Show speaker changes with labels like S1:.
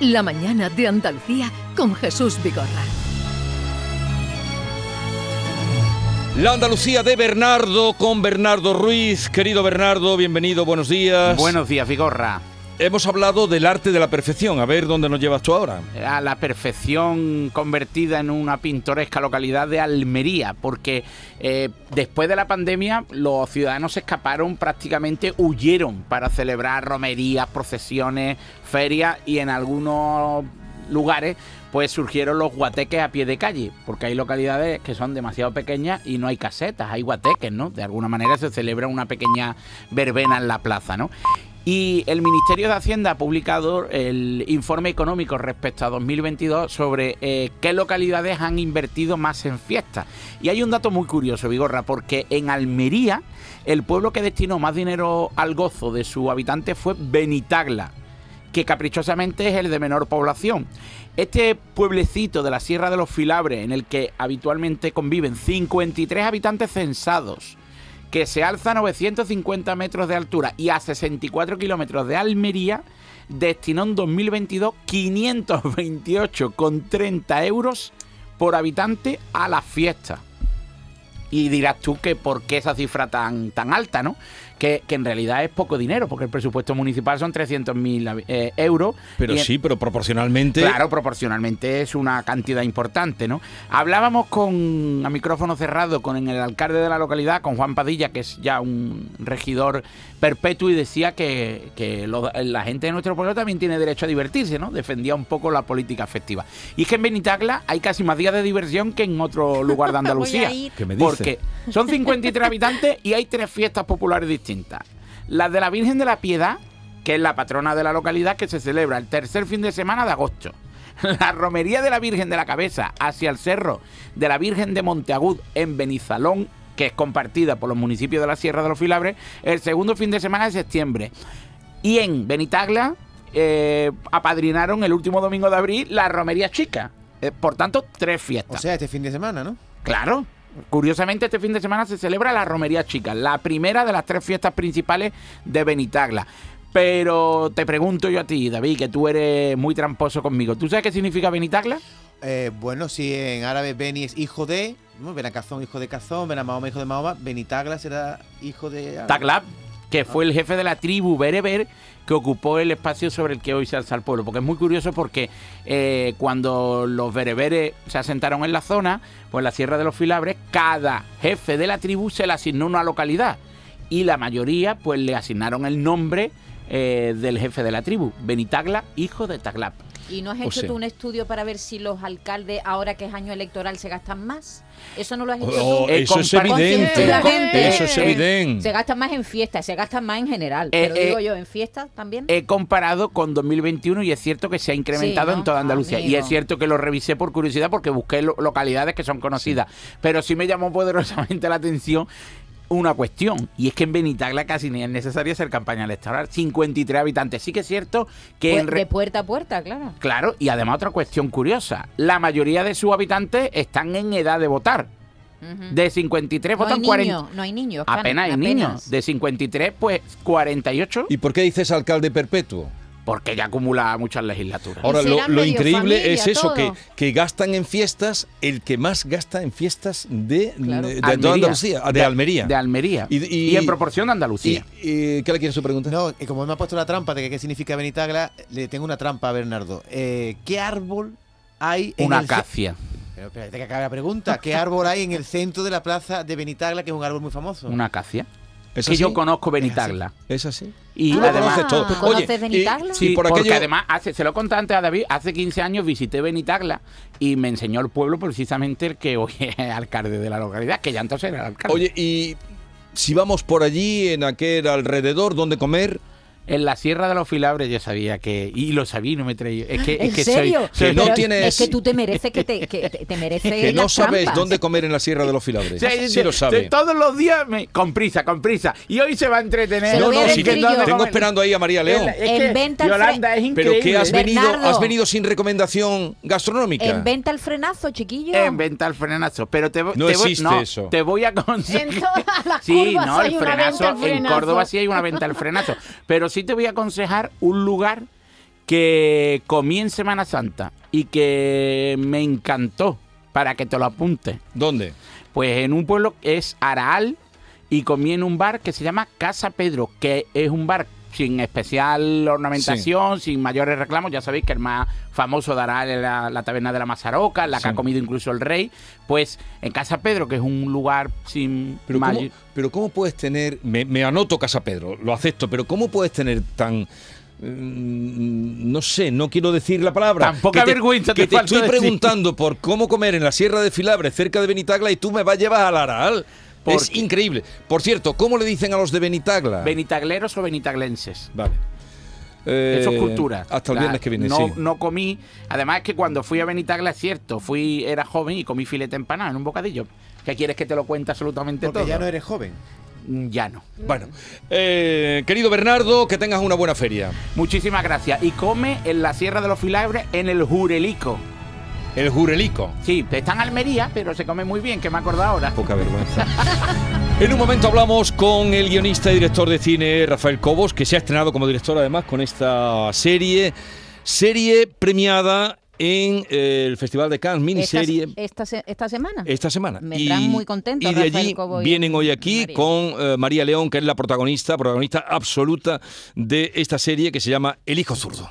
S1: La mañana de Andalucía con Jesús Vigorra.
S2: La Andalucía de Bernardo con Bernardo Ruiz. Querido Bernardo, bienvenido, buenos días.
S3: Buenos días, Vigorra.
S2: Hemos hablado del arte de la perfección, a ver dónde nos llevas tú ahora.
S3: A la perfección convertida en una pintoresca localidad de Almería, porque eh, después de la pandemia los ciudadanos se escaparon, prácticamente huyeron para celebrar romerías, procesiones, ferias y en algunos lugares pues surgieron los guateques a pie de calle, porque hay localidades que son demasiado pequeñas y no hay casetas, hay guateques, ¿no? De alguna manera se celebra una pequeña verbena en la plaza, ¿no? Y el Ministerio de Hacienda ha publicado el informe económico respecto a 2022 sobre eh, qué localidades han invertido más en fiestas. Y hay un dato muy curioso, Vigorra, porque en Almería el pueblo que destinó más dinero al gozo de su habitante fue Benitagla, que caprichosamente es el de menor población. Este pueblecito de la Sierra de los Filabres, en el que habitualmente conviven 53 habitantes censados, que se alza a 950 metros de altura y a 64 kilómetros de Almería, destinó en 2022 528,30 euros por habitante a la fiesta. Y dirás tú que por qué esa cifra tan, tan alta, ¿no? Que, que en realidad es poco dinero, porque el presupuesto municipal son 300.000 eh, euros.
S2: Pero
S3: y en-
S2: sí, pero proporcionalmente.
S3: Claro, proporcionalmente es una cantidad importante, ¿no? Hablábamos con, a micrófono cerrado, con el alcalde de la localidad, con Juan Padilla, que es ya un regidor perpetuo, y decía que, que lo- la gente de nuestro pueblo también tiene derecho a divertirse, ¿no? Defendía un poco la política afectiva. Y es que en Benitagla hay casi más días de diversión que en otro lugar de Andalucía.
S4: Voy a ir.
S2: ¿Qué me dice?
S3: porque son 53 habitantes y hay tres fiestas populares distintas. La de la Virgen de la Piedad, que es la patrona de la localidad, que se celebra el tercer fin de semana de agosto. La romería de la Virgen de la Cabeza hacia el cerro de la Virgen de Monteagud en Benizalón, que es compartida por los municipios de la Sierra de los Filabres, el segundo fin de semana de septiembre. Y en Benitagla eh, apadrinaron el último domingo de abril la romería chica. Eh, por tanto, tres fiestas.
S5: O sea, este fin de semana, ¿no?
S3: Claro. Curiosamente, este fin de semana se celebra la Romería Chica, la primera de las tres fiestas principales de Benitagla. Pero te pregunto yo a ti, David, que tú eres muy tramposo conmigo. ¿Tú sabes qué significa Benitagla?
S5: Eh, bueno, si en árabe Beni es hijo de. ¿no? Ben a Cazón, hijo de Cazón, Ben a Mahoma, hijo de Mahoma, Benitagla será hijo de.
S3: Taglab, que fue el jefe de la tribu bereber que ocupó el espacio sobre el que hoy se alza el pueblo. Porque es muy curioso porque eh, cuando los bereberes se asentaron en la zona, pues en la Sierra de los Filabres, cada jefe de la tribu se le asignó una localidad. Y la mayoría, pues le asignaron el nombre eh, del jefe de la tribu, Benitagla, hijo de Taglab.
S4: ¿Y no has
S2: O
S4: hecho
S2: sea-
S4: tú un estudio para ver si los alcaldes, ahora que es año electoral, se gastan más? ¿Eso no lo has hecho
S2: Oh,
S4: tú?
S3: Eh,
S2: eso es
S3: compartir-
S2: evidente.
S4: la gente.
S2: Eso es
S4: Eh,
S2: evidente.
S4: Se gastan más en fiestas, se gastan más en general.
S3: Eh,
S4: pero
S3: eh,
S4: digo yo, ¿en fiestas también?
S3: he comparado con 2021 y es cierto que se ha incrementado
S4: Sí, ¿no?
S3: en toda Andalucía. Y
S4: Amigo.
S3: es cierto que lo revisé por curiosidad porque busqué lo- localidades que son conocidas. Pero sí me llamó poderosamente la atención una cuestión. Y es que en Benitagla casi ni es necesario hacer campaña electoral. 53 habitantes. Sí que es cierto que
S4: Pues
S3: en... re-
S4: de puerta a puerta, claro.
S3: Claro, y además otra cuestión curiosa. La mayoría de sus habitantes están en edad de votar.
S4: Ujú.
S3: De 53
S4: Mm. no, hay
S3: votan 40...
S4: niños, no hay niños. Cana,
S3: Apenas hay niños. De 53, pues 48,
S2: ¿Y por qué dices alcalde perpetuo?
S3: porque ya acumula muchas legislaturas.
S2: Ahora,
S4: será
S2: lo, lo
S4: medio
S2: increíble
S4: familia,
S2: es eso,
S4: todo.
S2: que, que gastan en fiestas el que más gasta en fiestas de,
S4: Claro.
S2: de, toda Andalucía, de, Almería.
S3: De Almería.
S2: Y-
S3: Y,
S2: y-
S3: en proporción de
S2: ¿Y,
S3: Andalucía.
S2: y qué le quieres su pregunta?
S5: No, y como me ha puesto la trampa de que qué significa Benitagla, le tengo una trampa a Bernardo. Eh, ¿Qué árbol hay en
S3: una
S5: el ce-
S3: acacia.
S5: Pero espérate que acabe la pregunta. ¿Qué árbol hay en el centro de la plaza de Benitagla, que es un árbol muy famoso?
S3: Una acacia.
S2: ¿Es
S3: que
S2: así?
S3: yo conozco Benitagla.
S2: ¿Es así?
S3: Y
S4: Ah,
S3: además.
S2: Conoces todo.
S4: ¿conoces
S2: Oye,
S4: Benitagla?
S2: y-
S3: Sí,
S2: y por
S3: porque
S2: aquello-
S3: además, hace, se lo conté antes a David, hace 15 años visité Benitagla y me enseñó el pueblo precisamente el que hoy es alcalde de la localidad, que ya entonces era el alcalde.
S2: Oye, y si vamos por allí, en aquel alrededor, donde comer,
S3: En la Sierra de los Filabres yo sabía que. Y lo sabía y no me traía. Es que,
S4: ¿En
S3: es que soy.
S4: serio?
S3: soy-
S2: Que no
S4: Pero
S2: tienes-
S4: Es que tú te mereces que te, que te- te mereces
S2: que no
S4: Eh, las
S2: sabes
S4: trampas.
S2: dónde comer en la Sierra de los Filabres.
S3: Sí,
S2: Sí,
S3: sí,
S2: lo
S3: sí,
S2: sabe.
S3: Todos los días me- con prisa, con prisa. Y hoy se va a entretener.
S4: Se
S2: No,
S4: lo
S2: no,
S4: viene
S2: sí,
S4: el brillo.
S3: ¿dónde
S2: tengo
S3: comer?
S2: esperando ahí a María León.
S4: Inventa el
S3: Yolanda es
S2: Pero
S3: increíble.
S2: ¿qué has venido?
S4: Bernardo.
S2: ¿Has venido sin recomendación gastronómica?
S4: En venta el frenazo, chiquillo.
S3: En venta al frenazo. Pero te, vo-
S2: No
S3: te voy-
S2: existe eso.
S3: Te voy a conseguir.
S4: En todas las
S3: Sí,
S4: curvas
S3: no,
S4: hay
S3: el
S4: una venta
S3: frenazo,
S4: al frenazo.
S3: En Córdoba sí hay una venta al frenazo. Pero sí te voy a aconsejar un lugar que comí en Semana Santa y que me encantó para que te lo apuntes.
S2: ¿Dónde?
S3: Pues en un pueblo que es Araal y comí en un bar que se llama Casa Pedro, que es un bar sin especial ornamentación, sin mayores reclamos. Ya sabéis que el más famoso de Araal es la, la taberna de la Mazaroca, la que
S2: Sí.
S3: ha comido incluso el rey. Pues en Casa Pedro, que es un lugar sin
S2: Pero ¿cómo,
S3: mayor-
S2: pero ¿cómo puedes tener, me, me anoto Casa Pedro, lo acepto, pero ¿cómo puedes tener tan... mm, No sé, no quiero decir la palabra.
S3: Tan poca vergüenza
S2: que
S3: te
S2: te
S3: falta
S2: estoy
S3: decir.
S2: preguntando por cómo comer en la Sierra de Filabre, cerca de Benitagla, y tú me vas a llevar al Araal.
S3: ¿Por
S2: Es
S3: qué?
S2: increíble. Por cierto, ¿cómo le dicen a los de Benitagla?
S3: Benitagleros o benitaglenses.
S2: vale. Eh,
S3: Eso es cultura.
S2: Hasta el
S3: O sea,
S2: viernes que viene,
S3: no,
S2: sí.
S3: no comí. Además es que cuando fui a Benitagla, es cierto, fui, era joven y comí filete empanado en un bocadillo. ¿Qué quieres que te lo cuente absolutamente
S5: Porque
S3: todo? Mm,
S5: ya no eres joven.
S3: Ya no.
S2: Bueno, eh, querido Bernardo, que tengas una buena feria.
S3: Muchísimas gracias. Y come en la Sierra de los Filabres, en el Jurelico.
S2: El jurelico.
S3: Sí, está en Almería, pero se come muy bien, que me acuerdo ahora.
S2: Poca vergüenza. En un momento hablamos con el guionista y director de cine Rafael Cobos, que se ha estrenado como director además con esta serie, serie premiada en eh, el Festival de Cannes,
S4: Esta,
S2: miniserie
S4: esta, se- esta semana.
S2: esta semana.
S4: Vendrán muy contentos
S2: Y de
S4: Rafael
S2: allí
S4: Cobo y
S2: vienen hoy aquí
S4: María.
S2: con eh, María León, que es la protagonista, protagonista absoluta de esta serie que se llama El Hijo Zurdo.